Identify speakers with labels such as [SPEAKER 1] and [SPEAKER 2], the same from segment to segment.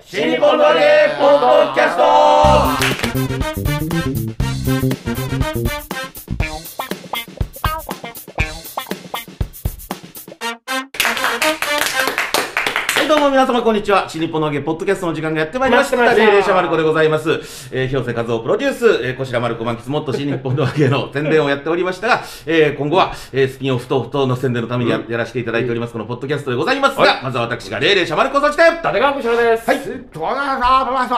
[SPEAKER 1] 新日本のあれポッドキャストはいどうも皆様こんにちは。新日本のあげポッドキャストの時間がやってまいりました。
[SPEAKER 2] 待ってました
[SPEAKER 1] 霊者マルコでございます。えー、広瀬和夫プロデュース、えー、こちらマルコ満喫もっと新日本のあげの 宣伝をやっておりましたが、えー、今後は、えー、スピンオフ等々の宣伝のためにや,、やらせていただいております、このポッドキャストでございますが、
[SPEAKER 2] はい
[SPEAKER 1] まずは私が霊者マルコそして、
[SPEAKER 2] 立川こしらです。
[SPEAKER 1] はい
[SPEAKER 2] どうぞさん、どう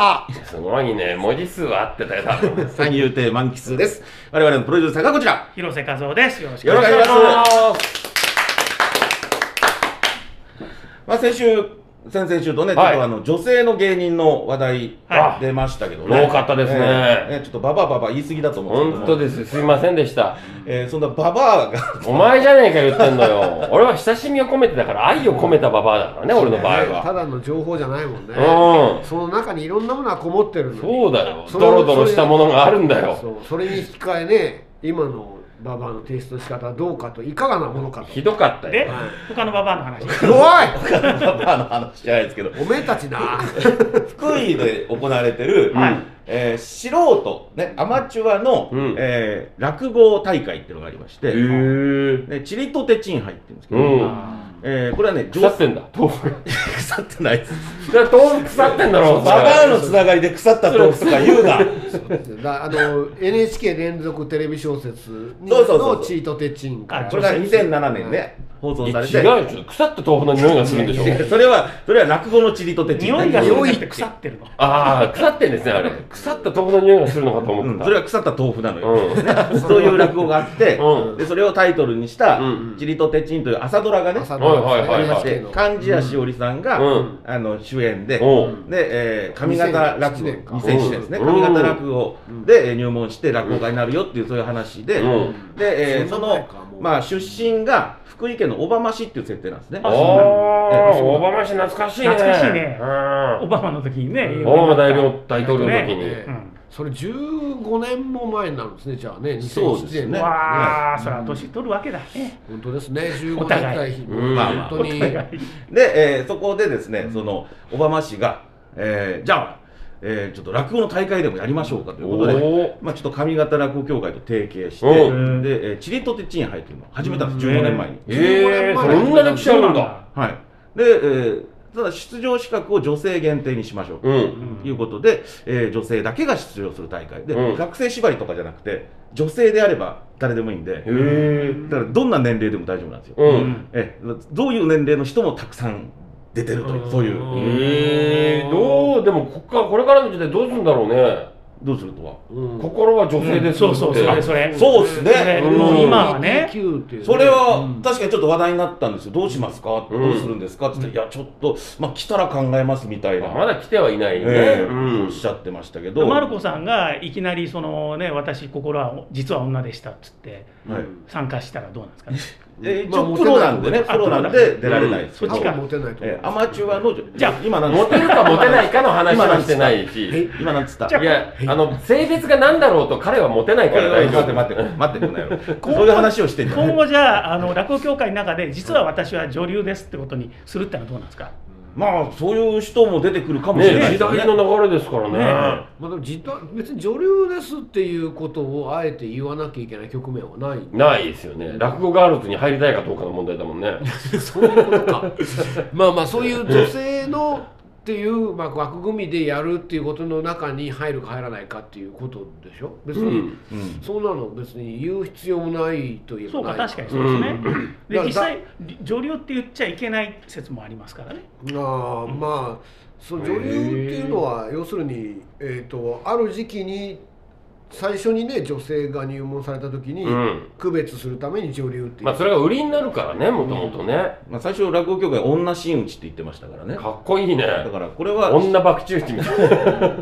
[SPEAKER 2] ぞすごいね、文字数は合ってたよ、多分。
[SPEAKER 1] 三遊亭満喫です。我々のプロデューサーがこちら。
[SPEAKER 3] 広瀬和夫です。よろしく
[SPEAKER 1] よろしくお願いし
[SPEAKER 2] ま
[SPEAKER 1] まあ、先週、先々週とね、
[SPEAKER 2] はい
[SPEAKER 1] ちょっとあの女性の芸人の話題
[SPEAKER 3] はい
[SPEAKER 1] 出ましたけどね。
[SPEAKER 2] 多かったですね
[SPEAKER 1] えーちょっとババアババア言い過ぎだと思うん
[SPEAKER 2] 本当
[SPEAKER 1] です
[SPEAKER 2] です、すいませんでした。
[SPEAKER 1] けども、えーそんなババアが、
[SPEAKER 2] お前じゃねえか言ってんのよ。 俺は親しみを込めてだから、愛を込めたババアだからね、俺の場合
[SPEAKER 4] た
[SPEAKER 2] は。
[SPEAKER 4] だの情報じゃないもんね、
[SPEAKER 2] うん
[SPEAKER 4] その中にいろんなものはこもってるの
[SPEAKER 2] そうだよ。
[SPEAKER 4] それ
[SPEAKER 2] ドロドロしたものがあるんだよ。
[SPEAKER 4] そうそれに引き換えね今のババアの提出の仕方はどうかといかがなものかと
[SPEAKER 2] ひどかった
[SPEAKER 3] で
[SPEAKER 2] よ。、
[SPEAKER 3] 他のババアの話。
[SPEAKER 4] おい
[SPEAKER 1] ババアの話じゃないですけど、
[SPEAKER 4] おめえたち な
[SPEAKER 1] 福井で行われてる、
[SPEAKER 3] はい
[SPEAKER 1] えー素人、ね、アマチュアの、
[SPEAKER 2] うん
[SPEAKER 1] えー落語大会っていうのがありまして、
[SPEAKER 2] へぇ
[SPEAKER 1] ね、チリとテチンハイって言うんですけ
[SPEAKER 2] う
[SPEAKER 1] ど、
[SPEAKER 2] ん。
[SPEAKER 1] えーこれはね、
[SPEAKER 2] 腐
[SPEAKER 1] 女
[SPEAKER 2] ってんだ。豆腐が。
[SPEAKER 1] 腐ってないです。
[SPEAKER 2] それは豆腐腐ってんだろ、
[SPEAKER 1] ババアのつながりで腐った豆腐とか言 うな。
[SPEAKER 4] だあの NHK 連続テレビ小説に
[SPEAKER 1] そうそうそう
[SPEAKER 4] のチートテチンから
[SPEAKER 3] あ
[SPEAKER 1] これが2007年ね、放送され
[SPEAKER 2] え
[SPEAKER 1] て。
[SPEAKER 2] 違うでしょ。腐った豆腐の匂いがするんでしょ。
[SPEAKER 1] 違うそれは、それは落語のチリとテチン。
[SPEAKER 3] 匂いがす
[SPEAKER 1] う
[SPEAKER 3] る
[SPEAKER 1] ん
[SPEAKER 3] んじゃなくて腐ってるの。
[SPEAKER 2] ああ、腐ってんですね、あれ。腐った豆腐の匂いがするのかと思った。
[SPEAKER 1] それは腐った豆腐なのよ。
[SPEAKER 2] うん。
[SPEAKER 1] そういう落語があって、
[SPEAKER 2] うん
[SPEAKER 1] でそれをタイトルにした
[SPEAKER 2] うん
[SPEAKER 1] 「チリとテチン」という朝ドラがね、
[SPEAKER 4] 朝
[SPEAKER 2] はいはいはいはい
[SPEAKER 4] の
[SPEAKER 1] あっ
[SPEAKER 4] NHK
[SPEAKER 1] て
[SPEAKER 4] の
[SPEAKER 1] 貫地谷しおりさんが、
[SPEAKER 2] うん
[SPEAKER 1] あの主演で、
[SPEAKER 2] おう
[SPEAKER 1] で、えー上方落語
[SPEAKER 4] 2007か
[SPEAKER 1] 2007ですね
[SPEAKER 2] うん
[SPEAKER 1] 上方落語でえー入門して落語家になるよっていうそういう話で、
[SPEAKER 2] うん
[SPEAKER 1] で、えーそ
[SPEAKER 4] そんな前
[SPEAKER 1] の
[SPEAKER 4] かもう
[SPEAKER 1] まあ出身が福井県の小浜市っていう設定なんですね
[SPEAKER 2] ああ、オバマ氏懐かしいね。
[SPEAKER 3] 懐かしいね
[SPEAKER 2] うん
[SPEAKER 3] オバマの時にね。有名
[SPEAKER 2] オバマ
[SPEAKER 3] だ
[SPEAKER 2] 大
[SPEAKER 3] った
[SPEAKER 2] 統大統領の時に。
[SPEAKER 4] ね
[SPEAKER 3] うん
[SPEAKER 4] それ15年も前になるんですねじゃあね
[SPEAKER 1] そうですね
[SPEAKER 4] 2007年
[SPEAKER 1] ね
[SPEAKER 3] わあ、そりゃ年取るわけだね。
[SPEAKER 4] 本当ですね15
[SPEAKER 3] お
[SPEAKER 4] 年
[SPEAKER 3] 互い
[SPEAKER 4] 対比
[SPEAKER 2] うんまあまあ
[SPEAKER 4] 本当に
[SPEAKER 1] で、えーそこでですね、その小浜市が、えーじゃあ、えーちょっと落語の大会でもやりましょうかということで、
[SPEAKER 2] おー
[SPEAKER 1] まあ、ちょっと上方落語協会と提携して、
[SPEAKER 2] うん
[SPEAKER 1] でえー、チリとてチンハイというのを始めたんです、15年前に。
[SPEAKER 2] ええそんな歴史あるんだ。
[SPEAKER 1] はい、で、えーただ出場資格を女性限定にしましょうと
[SPEAKER 2] うん。
[SPEAKER 1] いうことで、えー女性だけが出場する大会で、
[SPEAKER 2] うん
[SPEAKER 1] 学生縛りとかじゃなくて、女性であれば誰でもいいんで、
[SPEAKER 2] え
[SPEAKER 1] だからどんな年齢でも大丈夫なんですよ。
[SPEAKER 2] う。
[SPEAKER 3] うんん。
[SPEAKER 1] ええどういう年齢の人もたくさん出てるという、そういう。
[SPEAKER 2] ええどうでもこっからこれからの時代どうするんだろうね。
[SPEAKER 1] どうするとは
[SPEAKER 4] うん
[SPEAKER 2] 心は女性です
[SPEAKER 3] そうそう、それ
[SPEAKER 2] あ
[SPEAKER 3] それ。
[SPEAKER 1] そうっすね
[SPEAKER 3] それもう今はね。
[SPEAKER 4] LGBTQ っていうね
[SPEAKER 1] それは確かにちょっと話題になったんですよどうしますか、
[SPEAKER 2] うん
[SPEAKER 1] どうするんですかって言っていやちょっとまあ来たら考えますみたいな、
[SPEAKER 2] まだ来てはいないね。
[SPEAKER 1] ええ
[SPEAKER 2] うん
[SPEAKER 1] おっ。しゃってましたけど
[SPEAKER 3] マルコさんがいきなりそのね私心は実は女でしたっつって
[SPEAKER 1] はい
[SPEAKER 3] 参加したらどうなんですかね。
[SPEAKER 1] えー一
[SPEAKER 4] まあ
[SPEAKER 1] 応プロなんでね、
[SPEAKER 3] モテ
[SPEAKER 1] プ
[SPEAKER 3] ない
[SPEAKER 1] ロなんで出られないですけど、
[SPEAKER 3] うんそっちか
[SPEAKER 4] モテないと思う
[SPEAKER 1] えーアマチュアの
[SPEAKER 3] じゃあ
[SPEAKER 1] 今なん
[SPEAKER 2] モテるかモテないかの話
[SPEAKER 1] 今
[SPEAKER 2] は
[SPEAKER 1] なん
[SPEAKER 2] してないし。
[SPEAKER 1] え今なんつった
[SPEAKER 3] じゃ
[SPEAKER 2] いや、あの、性別が何だろうと彼はモテないから
[SPEAKER 1] おいおい
[SPEAKER 2] 大丈
[SPEAKER 1] 待って
[SPEAKER 2] 夫。
[SPEAKER 1] 待って待ってこの野郎そう いう話をしてんじゃな
[SPEAKER 3] 今
[SPEAKER 1] い
[SPEAKER 3] 後じゃああの落語協会の中で実は私は女流ですってことにするってのはどうなんですか。
[SPEAKER 1] まあそういう人も出てくるかもしれな
[SPEAKER 2] ね
[SPEAKER 1] い
[SPEAKER 2] 時
[SPEAKER 1] ですよ
[SPEAKER 2] 代
[SPEAKER 1] ね
[SPEAKER 2] の流れですからね。
[SPEAKER 3] ね
[SPEAKER 4] まあ、でも実は別に女流ですっていうことをあえて言わなきゃいけない局面はない
[SPEAKER 2] ないですよね。落語ガールズに入りたいかどうかの問題だもんね。
[SPEAKER 4] そういうことかまあまあそういう女性のっていう、まあ、枠組みでやるっていうことの中に入るか入らないかっていうことでしょ別に、
[SPEAKER 2] うん
[SPEAKER 1] うん
[SPEAKER 4] そんなの別に言う必要もないといえば
[SPEAKER 3] そうか
[SPEAKER 4] ない
[SPEAKER 3] 確かにそうですね。で
[SPEAKER 4] うん
[SPEAKER 3] 実際女流って言っちゃいけない説もありますからね。
[SPEAKER 4] ああまあその女流っていうのは要するに、えー、とある時期に最初にね女性が入門された時に、
[SPEAKER 2] うん
[SPEAKER 4] 区別するために女流っていう、
[SPEAKER 2] まあそれが売りになるからね、もともとね。
[SPEAKER 1] まあ、最初落語協会女真打ちって言ってましたからね
[SPEAKER 2] かっこいいね。
[SPEAKER 1] だからこれは
[SPEAKER 2] 女爆中打ちみたいな。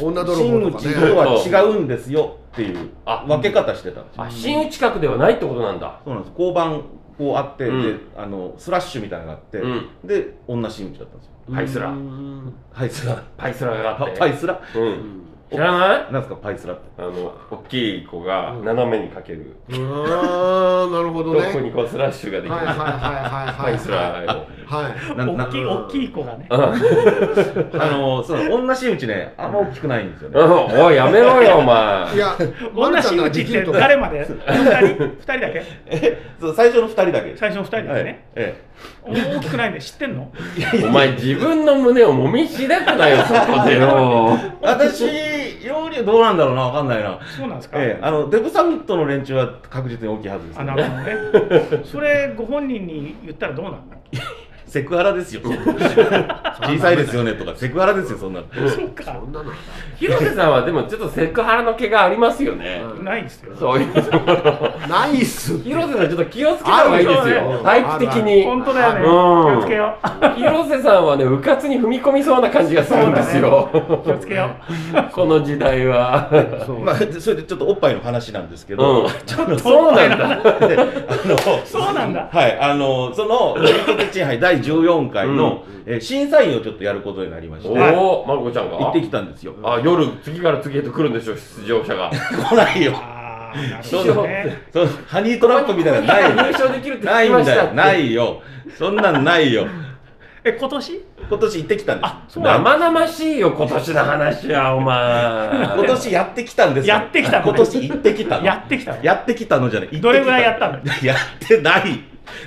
[SPEAKER 4] 女泥
[SPEAKER 1] 真
[SPEAKER 4] 棒
[SPEAKER 1] 打
[SPEAKER 4] とか
[SPEAKER 1] ち
[SPEAKER 4] ね
[SPEAKER 1] とは違うんですよっていう
[SPEAKER 2] あ
[SPEAKER 1] 分け方してたんですよ
[SPEAKER 2] あ、新内閣ではないってことなんだ。
[SPEAKER 1] そうなんです交番こうあって、
[SPEAKER 2] うん
[SPEAKER 1] であのスラッシュみたいなのがあって、
[SPEAKER 2] うん
[SPEAKER 1] で女真打ちだったんですよ
[SPEAKER 2] パイスラ
[SPEAKER 4] う。ん
[SPEAKER 1] パイスラ
[SPEAKER 2] パイスラがあ
[SPEAKER 1] パ
[SPEAKER 2] って。
[SPEAKER 1] パイスラ
[SPEAKER 2] うん。知らない
[SPEAKER 1] なんですかパイスラって
[SPEAKER 2] あの大きい子が斜めにかける、
[SPEAKER 4] うーんなるほど
[SPEAKER 2] ど
[SPEAKER 4] ね
[SPEAKER 2] こにこうスラッシュができる、
[SPEAKER 4] はいはいはいはいは
[SPEAKER 2] パ
[SPEAKER 4] い
[SPEAKER 2] イスラーを
[SPEAKER 4] はい
[SPEAKER 1] なな
[SPEAKER 3] 大きい大きい子がね
[SPEAKER 1] あのそう女真打ちねあんま大きくないんですよね
[SPEAKER 2] うんおいやめろよお前
[SPEAKER 4] いや、ま
[SPEAKER 3] 女
[SPEAKER 4] るちゃん
[SPEAKER 3] 真
[SPEAKER 4] な
[SPEAKER 3] 打
[SPEAKER 4] ら
[SPEAKER 3] ち
[SPEAKER 4] で
[SPEAKER 3] っ
[SPEAKER 4] きる
[SPEAKER 3] て
[SPEAKER 4] と思う
[SPEAKER 3] 誰まで ?2 人 ?2 人だけ
[SPEAKER 1] そう最初の二人だけ
[SPEAKER 3] 最初の2人だ
[SPEAKER 1] は
[SPEAKER 3] け
[SPEAKER 1] い
[SPEAKER 3] ね、
[SPEAKER 1] え
[SPEAKER 3] お大きくないんで知ってんの
[SPEAKER 2] お前自分の胸をもみしだくな よそこでよ
[SPEAKER 1] え、私よりどうなんだろうなわかんないな
[SPEAKER 3] そうなんですか、
[SPEAKER 1] ええあのデブサミットの連中は確実に大きいはずです
[SPEAKER 3] あ
[SPEAKER 1] よ
[SPEAKER 3] な
[SPEAKER 1] ね
[SPEAKER 3] るほどねそれご本人に言ったらどうなの
[SPEAKER 1] セクハラ ですよ小さいですよねとかセクハラですよそんなの
[SPEAKER 3] そうか
[SPEAKER 4] そんなの
[SPEAKER 2] 広瀬さんはでもちょっとセクハラの毛がありますよね、
[SPEAKER 4] うん
[SPEAKER 3] ないですよ
[SPEAKER 2] そういうところ
[SPEAKER 4] ないっす
[SPEAKER 2] 広瀬さんちょっと気をつけた方がいいです
[SPEAKER 3] ある
[SPEAKER 2] よ
[SPEAKER 4] よ
[SPEAKER 2] 大気的に
[SPEAKER 3] 本当だよね
[SPEAKER 2] うん
[SPEAKER 3] 気をつけよ
[SPEAKER 2] 広瀬さんはねうかつに踏み込みそうな感じがするんです
[SPEAKER 3] う
[SPEAKER 2] よ
[SPEAKER 3] 気をつけよ
[SPEAKER 2] この時代は
[SPEAKER 4] そう
[SPEAKER 1] まあ、でそれでちょっとおっぱいの話なんですけど、
[SPEAKER 2] うん
[SPEAKER 1] ちょっと
[SPEAKER 2] そうなんだ
[SPEAKER 1] であの
[SPEAKER 3] うそうなんだ
[SPEAKER 1] はい、あのその「ミートキッチン杯」第14回の、えー審査員をちょっとやることになりまして
[SPEAKER 2] お
[SPEAKER 1] 行
[SPEAKER 2] おまる子ちゃんが
[SPEAKER 1] ってきたんですよ
[SPEAKER 2] あ夜次から次へと来るんでしょ出場者が
[SPEAKER 1] 来ないよ
[SPEAKER 3] ああなるほどね
[SPEAKER 1] そのハニートラップみたいなのない
[SPEAKER 2] 入賞できるって
[SPEAKER 1] な
[SPEAKER 2] 聞
[SPEAKER 1] い
[SPEAKER 2] きま
[SPEAKER 1] ん
[SPEAKER 2] し
[SPEAKER 1] だ
[SPEAKER 2] た
[SPEAKER 1] よないよそんなんないよ
[SPEAKER 3] え今年
[SPEAKER 1] 今年行ってきたんです
[SPEAKER 3] そうなんだ
[SPEAKER 2] 生々しいよ今年の話はお前
[SPEAKER 1] 今年やってきたんですよ
[SPEAKER 3] やってきたのね
[SPEAKER 1] 今年行ってきたの
[SPEAKER 3] やってきたの
[SPEAKER 1] やってきたのじゃない行ってきた
[SPEAKER 3] どれぐらいやったの
[SPEAKER 1] やってない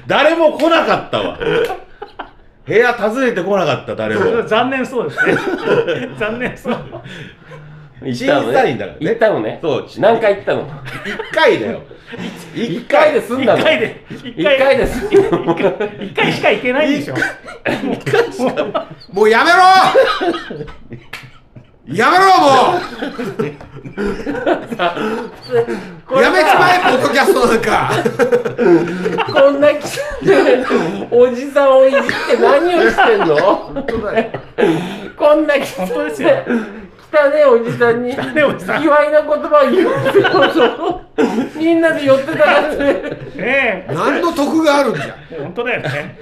[SPEAKER 1] 誰も来なかったわ部屋訪ねてこなかった誰も
[SPEAKER 3] 残念そうですね残念そう
[SPEAKER 2] 行ったの
[SPEAKER 1] 小さいんだからね
[SPEAKER 2] 行ったのね
[SPEAKER 1] そう
[SPEAKER 2] 何回行ったの
[SPEAKER 1] 一回だよ一
[SPEAKER 2] 一回で済ん
[SPEAKER 3] 一
[SPEAKER 2] だの
[SPEAKER 3] 回で一
[SPEAKER 2] 一回です
[SPEAKER 3] 回一回しか行けないんでしょ
[SPEAKER 4] もうやめろやめろ もうやめちまえポッドキャストなんか
[SPEAKER 2] こんな汚いおじさんをいじって何をしてんの
[SPEAKER 4] 本当だよ
[SPEAKER 2] こんな汚い
[SPEAKER 3] 本当ですよ
[SPEAKER 2] 汚いおじさんに卑
[SPEAKER 3] いおじさん
[SPEAKER 2] 猥な言葉を言うってことみんなで寄ってたらって
[SPEAKER 3] ね
[SPEAKER 4] 何の得があるんじゃ
[SPEAKER 3] え本当だよね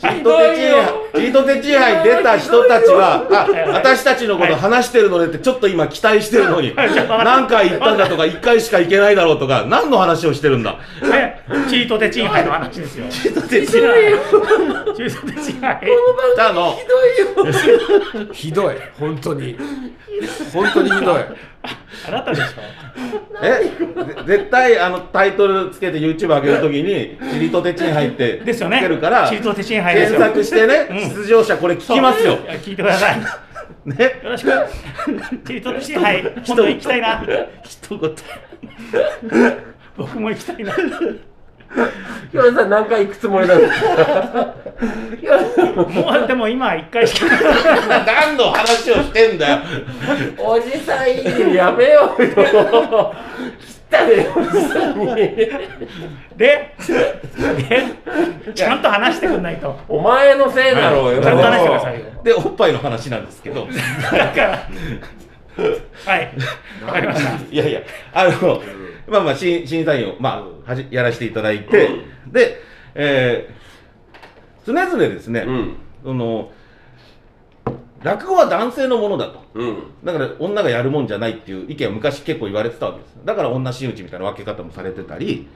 [SPEAKER 1] チートテチーチートテチーハイ出た人たち は、あ、私たちのこと話してるのねってちょっと今期待してるのに、何回行ったんだとか、1回しか行けないだろうとか、何の話をしてるんだ。
[SPEAKER 3] ねチートでチンハイの話ですよ
[SPEAKER 1] チートテ
[SPEAKER 2] ひ
[SPEAKER 1] チ
[SPEAKER 2] ど
[SPEAKER 1] ーハ
[SPEAKER 2] いよ
[SPEAKER 3] チートでチンハイ
[SPEAKER 1] イだの
[SPEAKER 2] ひ、どいよ
[SPEAKER 4] んひどい本当に本当にひどい
[SPEAKER 3] あなたでしょ
[SPEAKER 1] え、ぜ絶対あのタイトルつけて YouTube 上げるときに、チリトテチンハイって
[SPEAKER 3] ですよね
[SPEAKER 1] つけるから、
[SPEAKER 3] チートでチンハイです
[SPEAKER 1] 検
[SPEAKER 3] よ
[SPEAKER 1] 索してね、
[SPEAKER 3] うん
[SPEAKER 1] 出場者これ聞きますよ
[SPEAKER 3] い。や聞いてくださいよ
[SPEAKER 1] ね。
[SPEAKER 3] ろしくチートでチンハイ今度行きたいな
[SPEAKER 1] 一言。
[SPEAKER 3] 僕も行きたいな
[SPEAKER 2] ひろさん何回行くつもりなんですか
[SPEAKER 3] もうでも今一回しか
[SPEAKER 1] 何の話をしてんだよ。
[SPEAKER 2] おじさんいいやめようよ汚いおじさんに
[SPEAKER 3] ででちゃんと話してくんないと
[SPEAKER 2] お前のせいだろうよ
[SPEAKER 3] ちゃんと話してくださいよ
[SPEAKER 1] で、おっぱいの話なんですけど。
[SPEAKER 3] だからはいわかりました
[SPEAKER 1] いやいや、あの、まあまあ、審審査員を、まあ、はじやらせていただいて、で、えー、常々ですね、
[SPEAKER 2] うん
[SPEAKER 1] その、落語は男性のものだと。
[SPEAKER 2] うん
[SPEAKER 1] だから女がやるもんじゃないっていう意見は昔結構言われてたわけです。だから女真打ちみたいな分け方もされてたり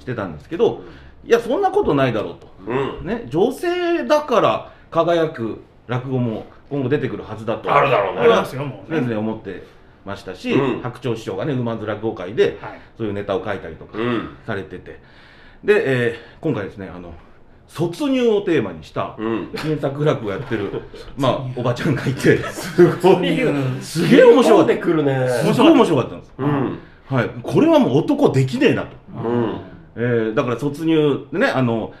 [SPEAKER 1] してたんですけど、いや、そんなことないだろうと。
[SPEAKER 2] うん
[SPEAKER 1] ね、女性だから輝く落語も今後出てくるはずだと
[SPEAKER 2] あるだろうね
[SPEAKER 3] ありますよもう
[SPEAKER 1] 常
[SPEAKER 3] ね
[SPEAKER 1] 々思ってましたし、
[SPEAKER 2] うん
[SPEAKER 1] 白鳥師匠がね「馬津落語会」で
[SPEAKER 3] はい
[SPEAKER 1] そういうネタを書いたりとか
[SPEAKER 2] うん
[SPEAKER 1] されてて、で、えー今回ですねあの卒乳をテーマにした
[SPEAKER 2] うん
[SPEAKER 1] 金作落語をやっ てる、まあ、おばちゃんがいて
[SPEAKER 2] すごいよ
[SPEAKER 1] すげえ面白
[SPEAKER 2] 飛ん
[SPEAKER 1] かっ
[SPEAKER 2] で
[SPEAKER 1] た
[SPEAKER 2] くるね
[SPEAKER 1] すごい面白かったんです、
[SPEAKER 2] うん
[SPEAKER 1] はい、これはもう男できねえなと。
[SPEAKER 2] うん
[SPEAKER 1] えーだから卒乳でねあの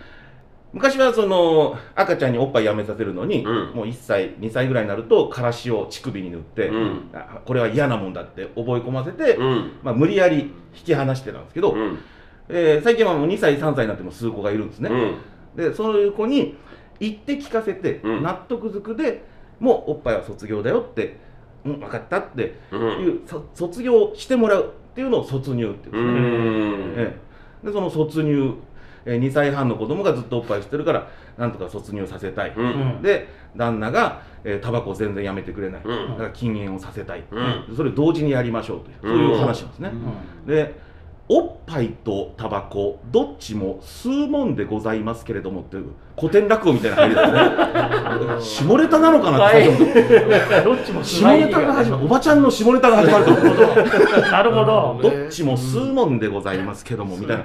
[SPEAKER 1] 昔はその赤ちゃんにおっぱいやめさせるのに、
[SPEAKER 2] うん
[SPEAKER 1] もう1歳2歳ぐらいになるとからしを乳首に塗って、
[SPEAKER 2] うん
[SPEAKER 1] あこれは嫌なもんだって覚え込ませて、
[SPEAKER 2] うん
[SPEAKER 1] まあ、無理やり引き離してたんですけど、
[SPEAKER 2] うん
[SPEAKER 1] えー最近はもう2歳3歳になっても数子がいるんですね、
[SPEAKER 2] うん
[SPEAKER 1] でそういう子に言って聞かせて、
[SPEAKER 2] うん、
[SPEAKER 1] 納得づくでもうおっぱいは卒業だよって、うん、分かったっていううんそ卒業してもらうっていうのを卒乳っていうんですね、
[SPEAKER 2] うん
[SPEAKER 1] ええでその卒乳えー2歳半の子供がずっとおっぱいしてるからなんとか卒乳させたい、
[SPEAKER 2] うん
[SPEAKER 3] うん
[SPEAKER 1] で旦那が、えー、タバコを全然やめてくれない、
[SPEAKER 2] うん
[SPEAKER 1] だから禁煙をさせたい、
[SPEAKER 2] う
[SPEAKER 1] それを同時にやりましょうという、そういう話なんですね、でおっぱいとタバコどっちも吸うもんでございますけれどもっていう古典落語みたいな感じです ね下ネタなのかなって最初思った
[SPEAKER 3] どっちもすご
[SPEAKER 1] 下
[SPEAKER 3] い
[SPEAKER 1] ネタが始まるおばちゃんの下ネタが始まると思う
[SPEAKER 3] なるほど。
[SPEAKER 1] どっちも吸うもんでございますけどもみたいな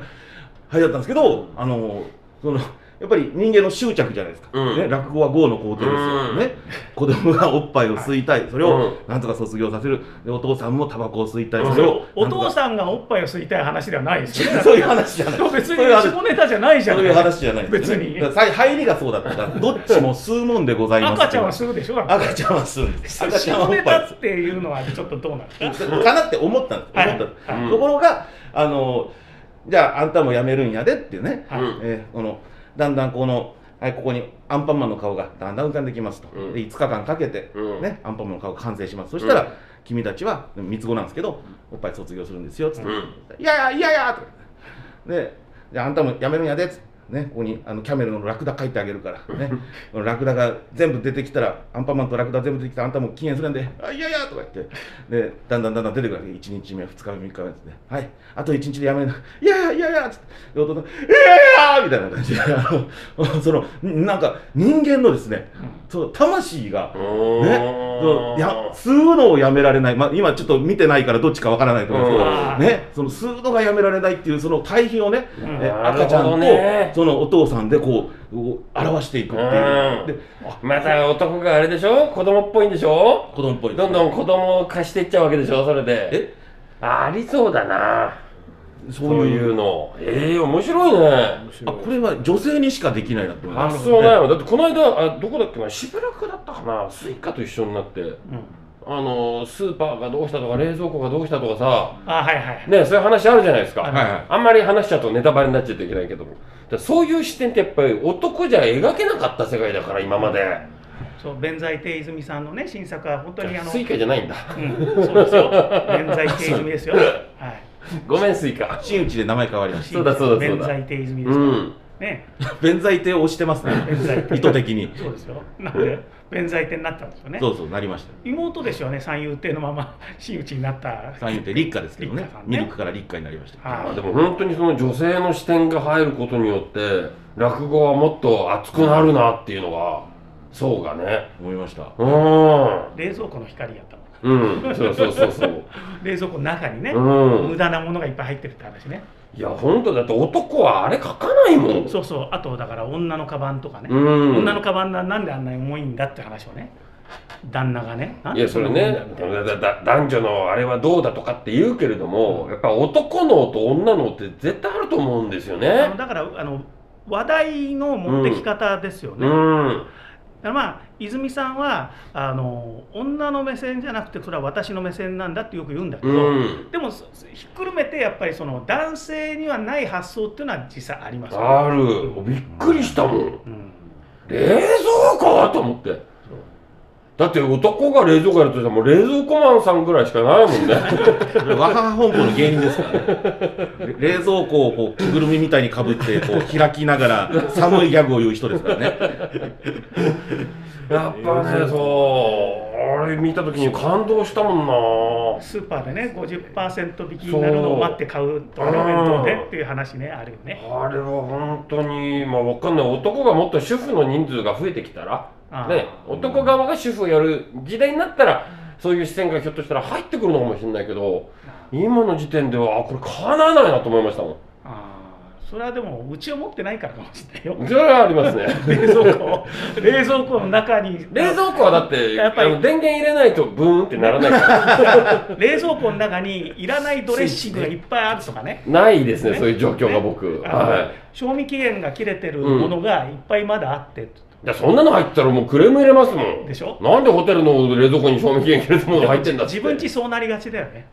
[SPEAKER 1] はいだったんですけどあのそのやっぱり人間の執着じゃないですか、
[SPEAKER 2] うん
[SPEAKER 1] ね、落語は業の工程です
[SPEAKER 2] う
[SPEAKER 1] よ、
[SPEAKER 2] ん
[SPEAKER 1] ね、子供がおっぱいを吸いたいそれを
[SPEAKER 2] う
[SPEAKER 1] なんとか卒業させるでお父さんもタバコを吸いたい
[SPEAKER 2] うん
[SPEAKER 1] それを
[SPEAKER 3] お
[SPEAKER 1] なん
[SPEAKER 3] 父
[SPEAKER 1] とか
[SPEAKER 3] さんがおっぱいを吸いたい話ではないですよ ね。
[SPEAKER 1] そういう話じゃない
[SPEAKER 3] でも別に
[SPEAKER 1] そういう話
[SPEAKER 3] 下ネタじゃないじゃ
[SPEAKER 1] そ
[SPEAKER 3] な
[SPEAKER 1] う
[SPEAKER 3] い
[SPEAKER 1] いう話じゃないですよね
[SPEAKER 3] 別に
[SPEAKER 1] だからさい入りがそうだったからどっちも吸うもんでございます
[SPEAKER 3] 赤ちゃんは
[SPEAKER 1] 吸
[SPEAKER 3] するでしょ
[SPEAKER 1] 赤ちゃんは吸うんです赤ちゃんは
[SPEAKER 3] 下
[SPEAKER 1] おっ
[SPEAKER 3] ネ
[SPEAKER 1] ぱ
[SPEAKER 3] タ
[SPEAKER 1] いを吸う
[SPEAKER 3] っていうのはちょっとどうなんですか
[SPEAKER 1] かなって思ったんです、
[SPEAKER 3] はい
[SPEAKER 1] 思ったんです
[SPEAKER 2] はい
[SPEAKER 1] ところがあのじゃああんたも辞めるんやでっていうね、
[SPEAKER 3] はい
[SPEAKER 1] えーこのだんだんこの、はい、ここにアンパンマンの顔がだんだん浮かんできますと、
[SPEAKER 2] うん
[SPEAKER 1] で5日間かけて、
[SPEAKER 2] うん
[SPEAKER 1] ね、アンパンマンの顔が完成しますそしたら、
[SPEAKER 2] うん
[SPEAKER 1] 君たちは三つ子なんですけどおっぱい卒業するんですよつって、
[SPEAKER 2] うん
[SPEAKER 1] いやいやいやいやとかでじゃああんたも辞めるんやでつって。ね、ここにあのキャメルのラクダ書いてあげるから、ね、 このラクダが全部出てきたらアンパンマンとラクダ全部出てきたらあんたも禁煙するんで「あいやいや」とか言ってでだんだんだんだん出てくるわけ1日目2日目3日目ですね「はいあと1日でやめるいやいやいやいや」つってで弟が「いやいや」みたいな感じであのそのなんか人間のですねその魂がね、そのや吸うのをやめられない、まあ、今ちょっと見てないからどっちかわからないと思うんです
[SPEAKER 3] あ
[SPEAKER 1] けど、ね、その吸うのがやめられないっていうその対比をね、
[SPEAKER 3] うん
[SPEAKER 2] な
[SPEAKER 1] え
[SPEAKER 2] るほど
[SPEAKER 1] 赤ちゃんと
[SPEAKER 2] ね
[SPEAKER 1] そのお父さんでこうこう表していくっていう
[SPEAKER 2] うん
[SPEAKER 1] で
[SPEAKER 2] また男があれでしょ子供っぽいんでしょ
[SPEAKER 1] 子供っぽい
[SPEAKER 2] どんどん子供を貸していっちゃうわけでしょそれで
[SPEAKER 1] え
[SPEAKER 2] ありそうだな
[SPEAKER 1] そ
[SPEAKER 2] そう
[SPEAKER 1] う
[SPEAKER 2] い
[SPEAKER 1] いう
[SPEAKER 2] うのええ面白いね
[SPEAKER 1] あこれは女性にしかできないなって思います
[SPEAKER 2] 発想ないわだってこの間あどこだっけなしばらくだったかなスイカと一緒になってあのスーパーがどうしたとか冷蔵庫がどうしたとかさ
[SPEAKER 3] あ、はいはい。
[SPEAKER 2] ねそういう話あるじゃないですか、
[SPEAKER 3] はい
[SPEAKER 1] はい
[SPEAKER 2] あんまり話しちゃうとネタバレになっちゃうといけないけどもだからそういう視点ってやっぱり男じゃ描けなかった世界だから今まで
[SPEAKER 3] そう、弁財天泉さんのね、新作は本当にあの、
[SPEAKER 2] スイカじゃないんだ
[SPEAKER 3] うん、そうですよ。弁財天泉ですよ。はい。
[SPEAKER 2] ごめんスイカ
[SPEAKER 1] 真打ちで名前変わりまし
[SPEAKER 2] そうだそうだそう
[SPEAKER 3] 弁
[SPEAKER 2] だ
[SPEAKER 3] 財天泉で
[SPEAKER 2] う
[SPEAKER 3] すから。
[SPEAKER 2] ん
[SPEAKER 3] ね。
[SPEAKER 1] た弁財天を押してますね
[SPEAKER 3] 弁財天
[SPEAKER 1] 意図的に
[SPEAKER 3] そうですよ。なんで、弁財天になったんですよね。
[SPEAKER 1] そうそうなりました
[SPEAKER 3] 妹ですよね、三遊亭のまま、真打ちになった。
[SPEAKER 1] 三遊亭立夏ですけどね
[SPEAKER 3] 立夏さん
[SPEAKER 1] ミ
[SPEAKER 3] ね
[SPEAKER 1] ルクから立夏になりました
[SPEAKER 2] あ
[SPEAKER 3] はい
[SPEAKER 2] でも本当にその女性の視点が入ることによって落語はもっと熱くなるなっていうのがそうがね
[SPEAKER 1] 思いました
[SPEAKER 2] う
[SPEAKER 3] 冷蔵庫の光やったの。
[SPEAKER 2] んうんそうそうそうそう
[SPEAKER 3] 冷蔵庫の中にね、
[SPEAKER 2] うん
[SPEAKER 3] 無駄なものがいっぱい入ってるって話ね。
[SPEAKER 2] いや本当だって男はあれ書かないもん
[SPEAKER 3] そうそう、あとだから女のカバンとかね、
[SPEAKER 2] うん
[SPEAKER 3] 女のカバンななんであんなに重いんだって話をね、旦那がね、なん
[SPEAKER 2] い
[SPEAKER 3] で
[SPEAKER 2] やそれ
[SPEAKER 3] んな重い
[SPEAKER 2] ね
[SPEAKER 3] んだみたい
[SPEAKER 2] だ
[SPEAKER 3] な
[SPEAKER 2] だだ男女のあれはどうだとかって言うけれども、やっぱ男のと女のって絶対あると思うんですよ
[SPEAKER 3] あ
[SPEAKER 2] ね
[SPEAKER 3] のだからあの話題の持ってき方ですよね。
[SPEAKER 2] う
[SPEAKER 3] だか
[SPEAKER 2] ん
[SPEAKER 3] らまあ泉さんはあの女の目線じゃなくてそれは私の目線なんだってよく言うんだけ
[SPEAKER 2] う
[SPEAKER 3] ど、
[SPEAKER 2] ん
[SPEAKER 3] でもそひっくるめてやっぱりその男性にはない発想っていうのは実際ありますよね
[SPEAKER 2] あるびっくりしたもん
[SPEAKER 3] うん
[SPEAKER 2] 冷蔵庫と思ってだって男が冷蔵庫やるとしたらもう冷蔵庫マンさんぐらいしかないもんね
[SPEAKER 1] わはは本舗の芸人ですからね 冷蔵庫をこう着ぐるみみたいにかぶってこう開きながら寒いギャグを言う人ですからね
[SPEAKER 2] やっぱねそうあれ見た時に感動したもんな
[SPEAKER 3] スーパーでね50%引きになるのを待って買うとかね
[SPEAKER 2] そう
[SPEAKER 3] お弁当でっていう話ねあるよね
[SPEAKER 2] あれは本当にまあわかんない男がもっと主婦の人数が増えてきたら
[SPEAKER 3] ああ
[SPEAKER 2] ね、男側が主婦をやる時代になったらそういう視線がひょっとしたら入ってくるのかもしれないけど今の時点ではあこれかなわないなと思いましたも
[SPEAKER 3] あーそれはでもうちを持ってないからかもしれな いよ
[SPEAKER 2] んそれはあり ますね
[SPEAKER 3] 冷蔵庫を冷蔵庫の中に
[SPEAKER 2] 冷蔵庫はだって
[SPEAKER 3] やっぱり
[SPEAKER 2] あの電源入れないとブーンってならないから
[SPEAKER 3] 冷蔵庫の中にいらないドレッシングがいっぱいあるとかね
[SPEAKER 2] ないですね
[SPEAKER 3] ね
[SPEAKER 2] そういう状況が僕、
[SPEAKER 3] あの
[SPEAKER 2] は
[SPEAKER 3] 賞味期限が切れてるものがいっぱいまだあって、
[SPEAKER 2] いでそんなの入ったらもうクレーム入れますもん
[SPEAKER 3] でしょ
[SPEAKER 2] なんでホテルの冷蔵庫に賞味期限切れたものが入ってんだって
[SPEAKER 3] 自分ちそうなりがちだよね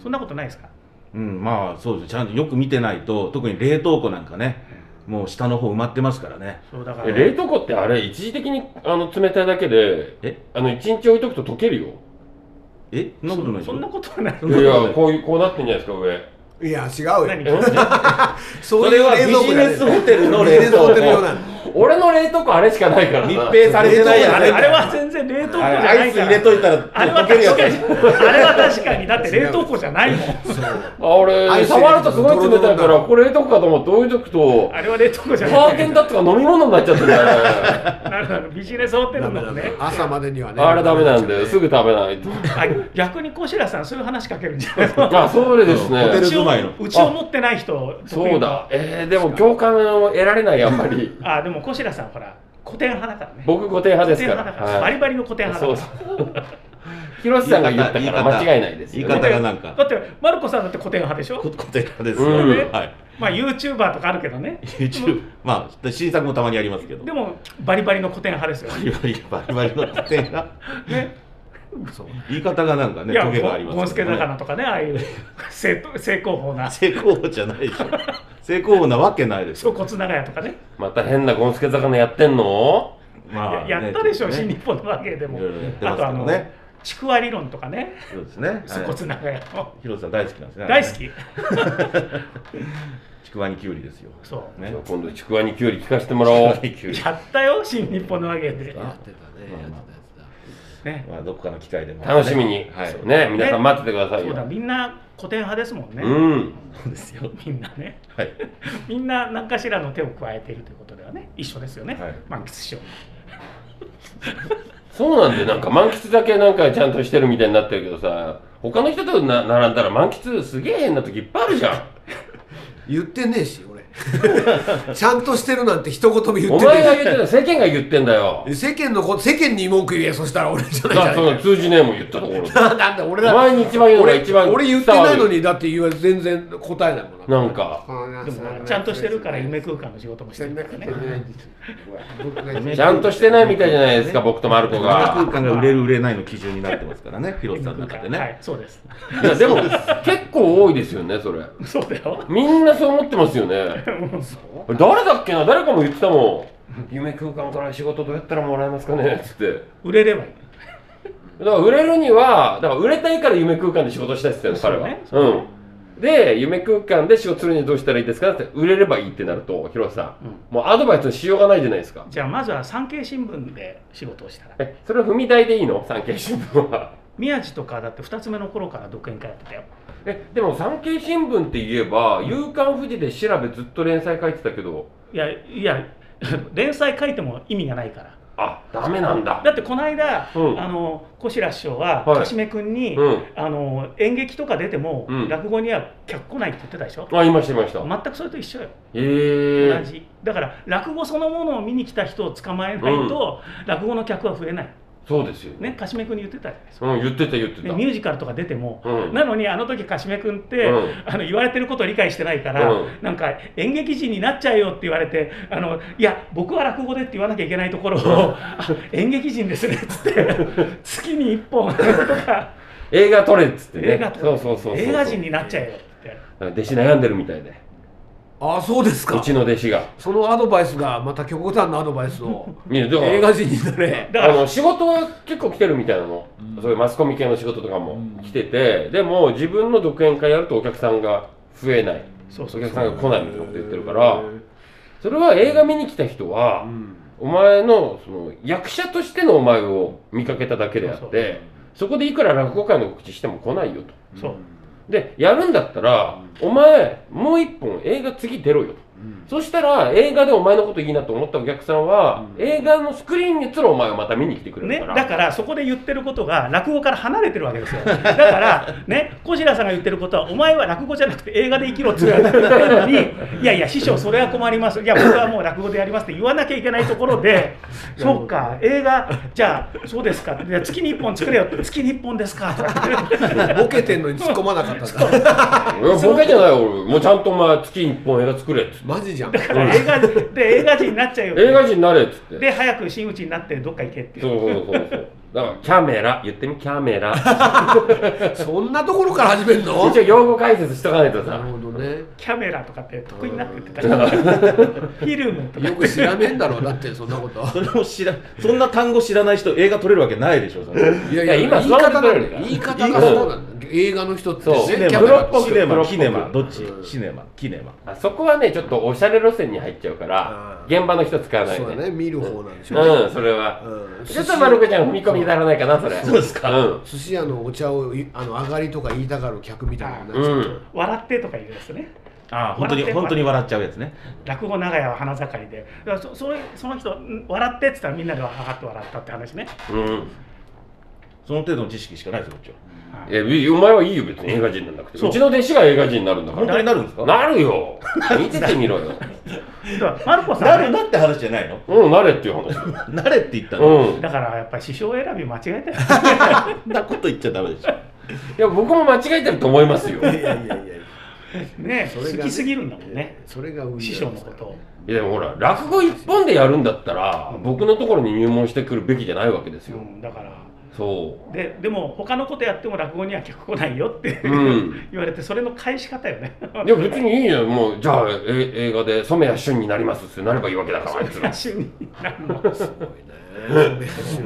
[SPEAKER 3] そんなことないですか
[SPEAKER 1] うんまあそうですちゃんとよく見てないと特に冷凍庫なんかねもう下の方埋まってますからね
[SPEAKER 3] そうだか
[SPEAKER 2] え
[SPEAKER 3] ら
[SPEAKER 2] 冷凍庫ってあれ一時的にあの冷たいだけで
[SPEAKER 1] え
[SPEAKER 2] あの1日置いとくと溶けるよ
[SPEAKER 1] えそんなことない
[SPEAKER 3] そんなことはない
[SPEAKER 1] そ
[SPEAKER 2] い
[SPEAKER 1] んなことない
[SPEAKER 2] やこういうこうなってんじゃないですか上
[SPEAKER 5] いや違うよ
[SPEAKER 3] 何
[SPEAKER 5] そう
[SPEAKER 1] そ
[SPEAKER 5] い
[SPEAKER 1] れ
[SPEAKER 5] う
[SPEAKER 1] は
[SPEAKER 5] 冷
[SPEAKER 1] ビ
[SPEAKER 5] 蔵
[SPEAKER 1] ジ
[SPEAKER 5] 庫じゃねえ
[SPEAKER 1] ネスホテルの
[SPEAKER 5] ビジ
[SPEAKER 1] 冷
[SPEAKER 5] ネス
[SPEAKER 1] 蔵
[SPEAKER 5] ホ
[SPEAKER 1] 庫
[SPEAKER 5] テル用なの
[SPEAKER 2] 俺の冷凍庫あれしかないから
[SPEAKER 1] 密
[SPEAKER 2] な
[SPEAKER 1] 閉されてないや
[SPEAKER 5] あ
[SPEAKER 1] つ
[SPEAKER 5] れ
[SPEAKER 3] あれは全然冷凍庫じゃ
[SPEAKER 1] あ
[SPEAKER 3] な
[SPEAKER 1] ア
[SPEAKER 3] い
[SPEAKER 1] イス
[SPEAKER 3] か
[SPEAKER 1] 入れ
[SPEAKER 3] ら
[SPEAKER 1] といたら
[SPEAKER 3] あれは
[SPEAKER 1] 溶ける
[SPEAKER 3] 確
[SPEAKER 1] やつ
[SPEAKER 3] かにあれは確かにだって冷凍庫じゃないもん
[SPEAKER 2] あ
[SPEAKER 4] アイ
[SPEAKER 2] 俺
[SPEAKER 4] ス入れ
[SPEAKER 2] 触るとすごい冷たい
[SPEAKER 4] ドロド
[SPEAKER 2] から
[SPEAKER 4] ロだ
[SPEAKER 2] これ冷凍庫かと思って置いとくと
[SPEAKER 3] あれは冷凍庫じゃ
[SPEAKER 2] ハ
[SPEAKER 3] な
[SPEAKER 2] ーゲ
[SPEAKER 3] い
[SPEAKER 2] ンダッツが飲み物になっちゃってん だよね
[SPEAKER 3] なるほどビジネスホテルのね
[SPEAKER 4] 朝までにはね
[SPEAKER 2] あれダメなんだよすぐ食べないと
[SPEAKER 3] あ逆に小白さんそういう話しかけるんじゃないですか
[SPEAKER 2] あそれです
[SPEAKER 1] ホテ
[SPEAKER 2] ね
[SPEAKER 1] ル住まいの
[SPEAKER 3] うちを持ってない人得意
[SPEAKER 2] そうだえー、でも共感を得られないやっぱり
[SPEAKER 3] あでも小白さんほら古典派だからね
[SPEAKER 2] 僕固定派
[SPEAKER 3] 古
[SPEAKER 2] で
[SPEAKER 3] 典
[SPEAKER 2] すか
[SPEAKER 3] 派だから らバ
[SPEAKER 2] はい
[SPEAKER 3] リバリの古典
[SPEAKER 2] そ
[SPEAKER 3] 派だ
[SPEAKER 2] う
[SPEAKER 3] か
[SPEAKER 2] そ
[SPEAKER 3] ら
[SPEAKER 2] う広瀬さんが言ったから間違いないですよ、
[SPEAKER 1] 言い
[SPEAKER 2] ね、
[SPEAKER 1] 方がなんか
[SPEAKER 3] だってマルコさんだって古典派でしょ
[SPEAKER 1] こてらです
[SPEAKER 2] う
[SPEAKER 1] よ、
[SPEAKER 2] ん
[SPEAKER 1] はい
[SPEAKER 3] まあ YouTuber とかあるけどね
[SPEAKER 1] YouTube まあ新作もたまにありますけど
[SPEAKER 3] でもバリバリの古典派ですよ
[SPEAKER 1] バリバリバリバリの古典が
[SPEAKER 3] ね
[SPEAKER 1] 言い方がなんかね
[SPEAKER 3] いや
[SPEAKER 1] トゲがあります
[SPEAKER 3] ゴンスケだか
[SPEAKER 1] ね
[SPEAKER 3] らとかねああいう正正攻法な
[SPEAKER 1] 成功じゃないでしょ成功なわけないでし
[SPEAKER 3] 小
[SPEAKER 1] ょ
[SPEAKER 3] 骨長屋とかね
[SPEAKER 2] また変なゴンスケ魚やってんの
[SPEAKER 1] まあね
[SPEAKER 3] ややったでしょ、
[SPEAKER 1] ちょっと
[SPEAKER 3] 新
[SPEAKER 1] ね
[SPEAKER 3] 日本のわけでも
[SPEAKER 1] いろいろやって
[SPEAKER 3] あ
[SPEAKER 1] ますけ
[SPEAKER 3] とあ
[SPEAKER 1] ど
[SPEAKER 3] の
[SPEAKER 1] ね
[SPEAKER 3] ちくわ理論とかね
[SPEAKER 1] そうですね
[SPEAKER 3] 鎖骨長屋の
[SPEAKER 1] 広瀬さん大好きなんですね
[SPEAKER 3] 大好き
[SPEAKER 1] ちくわにきゅうりですよ
[SPEAKER 3] そ
[SPEAKER 1] ね
[SPEAKER 2] じゃあ今度ちくわにきゅうり聞かせてもらおう
[SPEAKER 1] きゅう
[SPEAKER 3] う
[SPEAKER 1] り
[SPEAKER 3] やったよ新日本のわけで
[SPEAKER 4] やってたねやってたやってた
[SPEAKER 3] ね
[SPEAKER 1] まあどこかの機会でも
[SPEAKER 2] 楽しみに、
[SPEAKER 1] はい
[SPEAKER 2] ね皆さん待っててください
[SPEAKER 3] そ
[SPEAKER 2] よ
[SPEAKER 3] うだみんな古典派ですもんね、
[SPEAKER 2] うん
[SPEAKER 1] そうですよ
[SPEAKER 3] みんなね
[SPEAKER 1] はい
[SPEAKER 3] みんな何かしらの手を加えているということではね一緒ですよね、
[SPEAKER 1] はい
[SPEAKER 3] 満喫しよ
[SPEAKER 2] そうなんでなんか満喫だけなんかちゃんとしてるみたいになってるけどさ他の人とな並んだら満喫すげえ変な時いっぱいあるじゃん
[SPEAKER 4] 言ってねえし俺 ちゃんとしてるなんて一言も言
[SPEAKER 2] お
[SPEAKER 4] ってね
[SPEAKER 2] 前が
[SPEAKER 4] え
[SPEAKER 2] 言ってんだ世間が言ってんだ よ
[SPEAKER 4] し世間のこ世間に文句言えそしたら俺じゃない
[SPEAKER 2] だか
[SPEAKER 4] じゃ
[SPEAKER 2] らそ
[SPEAKER 4] ない
[SPEAKER 2] の通じねえもん言ったところで
[SPEAKER 4] かなんで俺
[SPEAKER 2] お
[SPEAKER 4] だ
[SPEAKER 2] 前に一番言うのが
[SPEAKER 4] 俺
[SPEAKER 2] 一番
[SPEAKER 4] 俺言ってないのにだって言わ全然答えないもん
[SPEAKER 2] なんか
[SPEAKER 3] うでもちゃんとしてるから夢空間の仕事もしてるからね
[SPEAKER 2] ちゃんとしてないみたいじゃない ですか僕とマルコ
[SPEAKER 1] 空
[SPEAKER 2] が
[SPEAKER 1] 間が売れる売れないの基準になってますからね広瀬さんの中でね、
[SPEAKER 3] はいそうです
[SPEAKER 2] いやでも結構多いですよねそれ
[SPEAKER 3] そうだよ
[SPEAKER 2] みんなそう思ってますよね誰だっけな誰かも言ってたもん夢空間から仕事どうやったらもらえますかねっつって
[SPEAKER 3] 売れればいい
[SPEAKER 2] だから売れるにはだから売れたいから夢空間で仕事したいって言ってたの彼は、
[SPEAKER 3] そう
[SPEAKER 2] ん、で夢空間で仕事するにはどうしたらいいですかって売れればいいってなると広瀬さん、もうアドバイスのしようがないじゃないですか
[SPEAKER 3] じゃあまずは産経新聞で仕事をしたら
[SPEAKER 2] えそれは踏み台でいいの産経新聞は
[SPEAKER 3] 宮地とかだって2つ目の頃から独演会やってたよ
[SPEAKER 2] えでも産経新聞って言えば「夕刊富士」で調べずっと連載書いてたけど
[SPEAKER 3] いやいや 連載書いても意味がないから
[SPEAKER 2] あダメなんだ
[SPEAKER 3] だってこの間、
[SPEAKER 2] うん
[SPEAKER 3] あの小白師匠は
[SPEAKER 2] はい
[SPEAKER 3] かしめ君に、
[SPEAKER 2] うん
[SPEAKER 3] あの演劇とか出ても、
[SPEAKER 2] うん
[SPEAKER 3] 落語には客来ないって言ってたでしょ
[SPEAKER 2] あいましたいました、
[SPEAKER 3] 全くそれと一緒よ
[SPEAKER 2] え
[SPEAKER 3] 同
[SPEAKER 2] ー、
[SPEAKER 3] じだから落語そのものを見に来た人を捕まえないと、落語の客は増えない
[SPEAKER 2] そうですよ、
[SPEAKER 3] ねかしめ君に言ってたじゃないですか
[SPEAKER 2] うん、言ってた言って
[SPEAKER 3] で
[SPEAKER 2] た
[SPEAKER 3] ミュージカルとか出ても、
[SPEAKER 2] うん
[SPEAKER 3] なのにあの時かしめ君って、
[SPEAKER 2] うん
[SPEAKER 3] あの言われてることを理解してないから、
[SPEAKER 2] うん
[SPEAKER 3] なんか演劇人になっちゃえよって言われてあのいや僕は落語でって言わなきゃいけないところを、あ演劇人ですねっつって月に1本とか
[SPEAKER 2] 映画撮れっつってね
[SPEAKER 3] 映画とか
[SPEAKER 2] そうそうそうそう
[SPEAKER 3] 映画人になっちゃえよって
[SPEAKER 2] 弟子悩んでるみたいで
[SPEAKER 4] あそうです
[SPEAKER 2] う
[SPEAKER 4] か
[SPEAKER 2] ちの弟子が
[SPEAKER 4] そのアドバイスがまた極端なアドバイスを
[SPEAKER 2] いやだから
[SPEAKER 4] 映画人になれ
[SPEAKER 3] だ
[SPEAKER 2] あ
[SPEAKER 3] から
[SPEAKER 2] の仕事は結構来てるみたいなの、そういうマスコミ系の仕事とかも来てて、でも自分の独演会やるとお客さんが増えない
[SPEAKER 3] そうそ
[SPEAKER 2] お
[SPEAKER 3] う
[SPEAKER 2] 客さんが来ないみたいなこと言ってるからそれは映画見に来た人は、
[SPEAKER 4] ん
[SPEAKER 2] お前のその役者としてのお前を見かけただけであって
[SPEAKER 3] そ
[SPEAKER 2] そう
[SPEAKER 3] そう
[SPEAKER 2] こでいくら落語界の告知しても来ないよと
[SPEAKER 3] そう
[SPEAKER 2] でやるんだったら、お前もう一本映画次出ろよとそしたら映画でお前のこといいなと思ったお客さんは、
[SPEAKER 4] うん
[SPEAKER 2] 映画のスクリーンに映るお前をまた見に来てくれ
[SPEAKER 3] ね
[SPEAKER 2] るから、
[SPEAKER 3] だからそこで言ってることが落語から離れてるわ けですよだからね小白さんが言ってることはお前は落語じゃなくて映画で生きろって言われてるのにいやいや師匠それは困りますいや僕はもう落語でやりますって言わなきゃいけないとこ ろでそうか映画じゃあそうですかいや月に1本作れよって月に1本ですかとか言って
[SPEAKER 4] ボケてんのに突っ込まなかったんだ
[SPEAKER 2] 俺ボケじゃないよ俺もうちゃんとお前月1本映画作れっつって
[SPEAKER 4] マジじゃん
[SPEAKER 3] 映画で映画人になっちゃうよ
[SPEAKER 2] 映画人になれっつって
[SPEAKER 3] で早く真打ちになってどっか行けっていう
[SPEAKER 2] そうそうそうそうだからキャメラ言ってみキャメラ
[SPEAKER 4] そんなところから始めるの
[SPEAKER 2] 一応用語解説しとかないと
[SPEAKER 4] なる
[SPEAKER 2] さ
[SPEAKER 4] ほどね
[SPEAKER 3] キャメラとかって得意になってってたか ら フィルムとか
[SPEAKER 4] よく知らねえんだろうだってそんなこと
[SPEAKER 1] それも知らそんな単語知らない人映画撮れるわけないでしょそれ
[SPEAKER 4] いや
[SPEAKER 2] いや今
[SPEAKER 4] 言い方
[SPEAKER 2] そんな
[SPEAKER 4] な
[SPEAKER 2] こと
[SPEAKER 4] ん
[SPEAKER 2] ない
[SPEAKER 4] だ言い方がそうなんだ映画の人って
[SPEAKER 1] シ
[SPEAKER 2] そう
[SPEAKER 1] ネ
[SPEAKER 4] ねキャメラ
[SPEAKER 2] 黒
[SPEAKER 1] マ、
[SPEAKER 2] っぽ
[SPEAKER 1] シ
[SPEAKER 2] く
[SPEAKER 1] ネマ、
[SPEAKER 2] 黒っぽく
[SPEAKER 1] キネマ、どっちシネマ、キネマ。
[SPEAKER 2] あそこはねちょっとおしゃれ路線に入っちゃうから
[SPEAKER 4] あー
[SPEAKER 2] 現場の人使わない
[SPEAKER 4] そう
[SPEAKER 2] ね
[SPEAKER 4] だね見る方なんでしょうね
[SPEAKER 2] うんそれは、
[SPEAKER 4] うん
[SPEAKER 2] ちょっとまる子ちゃん踏み込みならないかなそれ
[SPEAKER 1] そうですか
[SPEAKER 2] うん
[SPEAKER 4] 寿司屋のお茶をいあの上がりとか言いたがる客みたいなのになっち
[SPEAKER 2] う
[SPEAKER 4] ゃう、
[SPEAKER 2] ん
[SPEAKER 3] 笑ってとか言うやつね。
[SPEAKER 1] ああ、本当に、本当に笑っちゃうやつね。
[SPEAKER 3] 落語長屋は花盛りで、だからそそれその人、ん笑ってって言ったらみんなでわははっと笑ったって話ね。
[SPEAKER 2] うん
[SPEAKER 1] その程度の知識しかないですよ、こっちは。
[SPEAKER 2] えお前はいいよ別に映画人になんなくて
[SPEAKER 3] そう
[SPEAKER 2] うちの弟子が映画人になるんだか
[SPEAKER 1] 本当に
[SPEAKER 2] ら
[SPEAKER 1] なるんですか
[SPEAKER 2] なるよ見ててみろよ
[SPEAKER 3] だからマルコ
[SPEAKER 1] な
[SPEAKER 3] さん
[SPEAKER 1] る
[SPEAKER 3] ね、
[SPEAKER 1] なって話じゃないの
[SPEAKER 2] うんなれっていう話
[SPEAKER 1] なれって言ったの。
[SPEAKER 2] うん
[SPEAKER 3] だからやっぱり師匠選び間違えたよ。
[SPEAKER 1] そんなこと言っちゃダメでしょ。
[SPEAKER 2] いや僕も間違えてると思いますよ
[SPEAKER 4] いやいやいやいや
[SPEAKER 3] ね
[SPEAKER 4] それがね
[SPEAKER 3] 好きすぎるんだもんね、
[SPEAKER 4] それが売り
[SPEAKER 3] 師匠のことを。
[SPEAKER 2] いやでもほら落語一本でやるんだったら僕のところに入門してくるべきじゃないわけです
[SPEAKER 3] う
[SPEAKER 2] よ
[SPEAKER 3] ん、だから
[SPEAKER 2] そ
[SPEAKER 3] ででも他のことやっても落語には客来ないよって、
[SPEAKER 2] ううん
[SPEAKER 3] 言われてそれの返し方よね。
[SPEAKER 2] いや別にいいじゃんもうじゃあえ映画で染谷俊になりますってなればいいわけだからあいつら
[SPEAKER 3] 一緒になるの
[SPEAKER 4] すごいね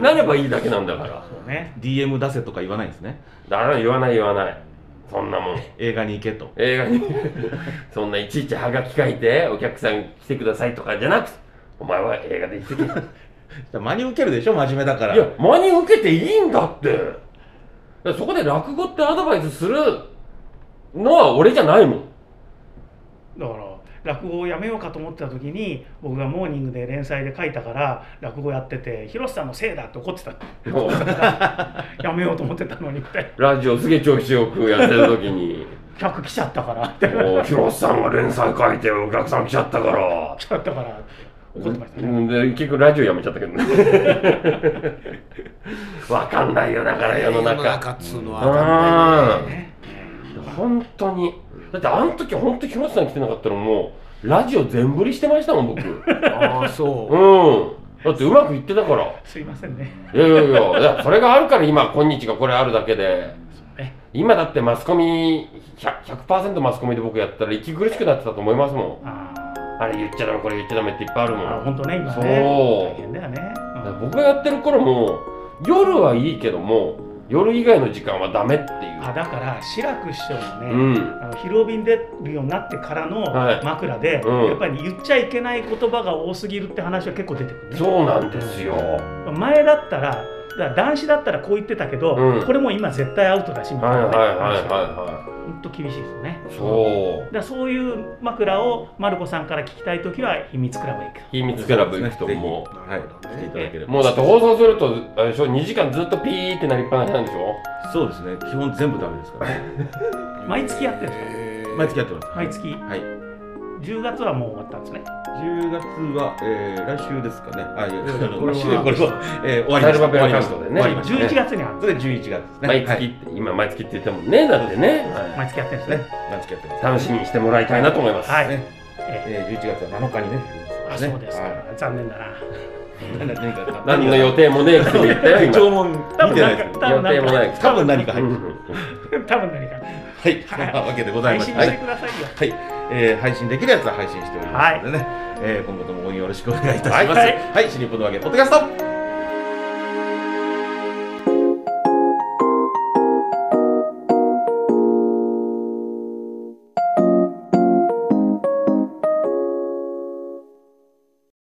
[SPEAKER 2] なればいいだけなんだから
[SPEAKER 3] そうね。
[SPEAKER 1] DM 出せとか言わないんですね。
[SPEAKER 2] だから言わない言わないそんなもん
[SPEAKER 1] 映画に行けと。
[SPEAKER 2] 映画に そんないちいちハガキ書いてお客さん来てくださいとかじゃなくてお前は映画で行ってけい
[SPEAKER 1] 真に受けるでしょ、真面目だから。
[SPEAKER 2] や真に受けていいんだってだからそこで落語ってアドバイスするのは俺じゃないもん
[SPEAKER 3] だから落語をやめようかと思ってた時に僕がモーニングで連載で書いたから落語やってて広瀬さんのせいだって怒ってた
[SPEAKER 2] もう
[SPEAKER 3] やめようと思ってたのにみたいな
[SPEAKER 2] ラジオすげえ調子よくやってる時に
[SPEAKER 3] 客来ちゃったからって
[SPEAKER 2] もう広瀬さんが連載書いてお客さん来ちゃったから
[SPEAKER 3] 来ちゃったから怒ってました
[SPEAKER 2] う
[SPEAKER 3] ね、
[SPEAKER 2] んで結局ラジオやめちゃったけどねわかんないよだから世の
[SPEAKER 4] 世の
[SPEAKER 2] 中
[SPEAKER 4] 中っつうのは分かんないね
[SPEAKER 3] ね
[SPEAKER 2] 本当にだってあの時本当に広瀬さん来てなかったらもうラジオ全振りしてましたもん僕うん
[SPEAKER 4] ああそう
[SPEAKER 2] だってうまくいってたから
[SPEAKER 3] すいませんね
[SPEAKER 2] いやいやいやいやそれがあるから今今日がこれあるだけで
[SPEAKER 3] ね
[SPEAKER 2] 今だってマスコミ 100%, 100マスコミで僕やったら息苦しくなってたと思いますもん
[SPEAKER 3] あー
[SPEAKER 2] あれ言っちゃダメこれ言っちゃダメっていっぱいあるもん
[SPEAKER 3] あ本当ね今ね
[SPEAKER 2] そう
[SPEAKER 3] 大変だよね、
[SPEAKER 2] だから
[SPEAKER 3] うん
[SPEAKER 2] 僕がやってる頃も夜はいいけども夜以外の時間はダメって
[SPEAKER 3] あだから志らく師匠もね、
[SPEAKER 2] いううん
[SPEAKER 3] あの疲労便出るようになってからの
[SPEAKER 2] はい
[SPEAKER 3] 枕で、
[SPEAKER 2] うん
[SPEAKER 3] やっぱり言っちゃいけない言葉が多すぎるって話は結構出てくるね
[SPEAKER 2] そうなんですよ
[SPEAKER 3] 前だったらだから男子だったらこう言ってたけど、
[SPEAKER 2] うん
[SPEAKER 3] これもう今絶対アウトだしみたい
[SPEAKER 2] はい
[SPEAKER 3] な、
[SPEAKER 2] はい
[SPEAKER 3] ね
[SPEAKER 2] はいは
[SPEAKER 3] 本当厳しいですよね
[SPEAKER 2] いはいそう
[SPEAKER 3] だからそういう枕をマルコさんから聞きたい時は秘密クラブへ行く
[SPEAKER 2] 秘密クラブ行くとも
[SPEAKER 1] う
[SPEAKER 4] な
[SPEAKER 1] は
[SPEAKER 4] る
[SPEAKER 1] い
[SPEAKER 4] ほどね
[SPEAKER 1] 来ていただけれ
[SPEAKER 2] う
[SPEAKER 1] ば
[SPEAKER 2] もうだって放送するとあれでしょ2時間ずっとピーってなりっぱなしなんでしょ
[SPEAKER 1] そうですね基本全部ダメですから、ね、
[SPEAKER 3] 毎月やってるんですか
[SPEAKER 4] へー
[SPEAKER 1] 毎月やってます
[SPEAKER 3] 毎月
[SPEAKER 1] はい
[SPEAKER 3] 10月はもう終わったんですね
[SPEAKER 1] 10月は、えー、来週ですかねあいや
[SPEAKER 4] ん
[SPEAKER 1] あの
[SPEAKER 4] これ
[SPEAKER 1] 来
[SPEAKER 4] は
[SPEAKER 1] 週でこれは、えー、終わりました
[SPEAKER 2] サルバペ
[SPEAKER 1] 終
[SPEAKER 2] ラ
[SPEAKER 1] わり
[SPEAKER 2] キャ
[SPEAKER 1] ま
[SPEAKER 2] ス
[SPEAKER 1] し
[SPEAKER 2] ト
[SPEAKER 1] た
[SPEAKER 2] でね
[SPEAKER 1] 終わりました
[SPEAKER 3] 11
[SPEAKER 1] ね
[SPEAKER 3] 月にあるん
[SPEAKER 1] そ
[SPEAKER 3] です
[SPEAKER 1] れで11月ですね
[SPEAKER 2] 毎
[SPEAKER 1] は
[SPEAKER 2] 月
[SPEAKER 1] い
[SPEAKER 2] って今毎月って言ったもんねだってね
[SPEAKER 3] 毎月やってるんですね
[SPEAKER 1] ね毎月やってます
[SPEAKER 2] 楽しみにしてもらいたいなと思います
[SPEAKER 3] はい、
[SPEAKER 1] ねえ
[SPEAKER 3] え
[SPEAKER 1] ー、11月は7日にね
[SPEAKER 3] ーあそうですか、
[SPEAKER 1] はい
[SPEAKER 3] 残念だな
[SPEAKER 1] 何が何が
[SPEAKER 2] 何の予定もねえくて言ったよ
[SPEAKER 1] 一応
[SPEAKER 2] 今
[SPEAKER 1] も見てないですけど
[SPEAKER 3] 多分なんか
[SPEAKER 2] 予定もない
[SPEAKER 1] 多分何か入ってる
[SPEAKER 2] う
[SPEAKER 3] 多分何か
[SPEAKER 1] はいそんなわけでござい
[SPEAKER 3] 配
[SPEAKER 1] ましたは
[SPEAKER 3] 信して
[SPEAKER 1] い、
[SPEAKER 3] くださいよ、
[SPEAKER 1] はいえー、配信できるやつは配信しておりますのでね、えー今後とも応援よろしくお願いいたします
[SPEAKER 3] は
[SPEAKER 1] はいい、はい、新日本のわけポッドキャスト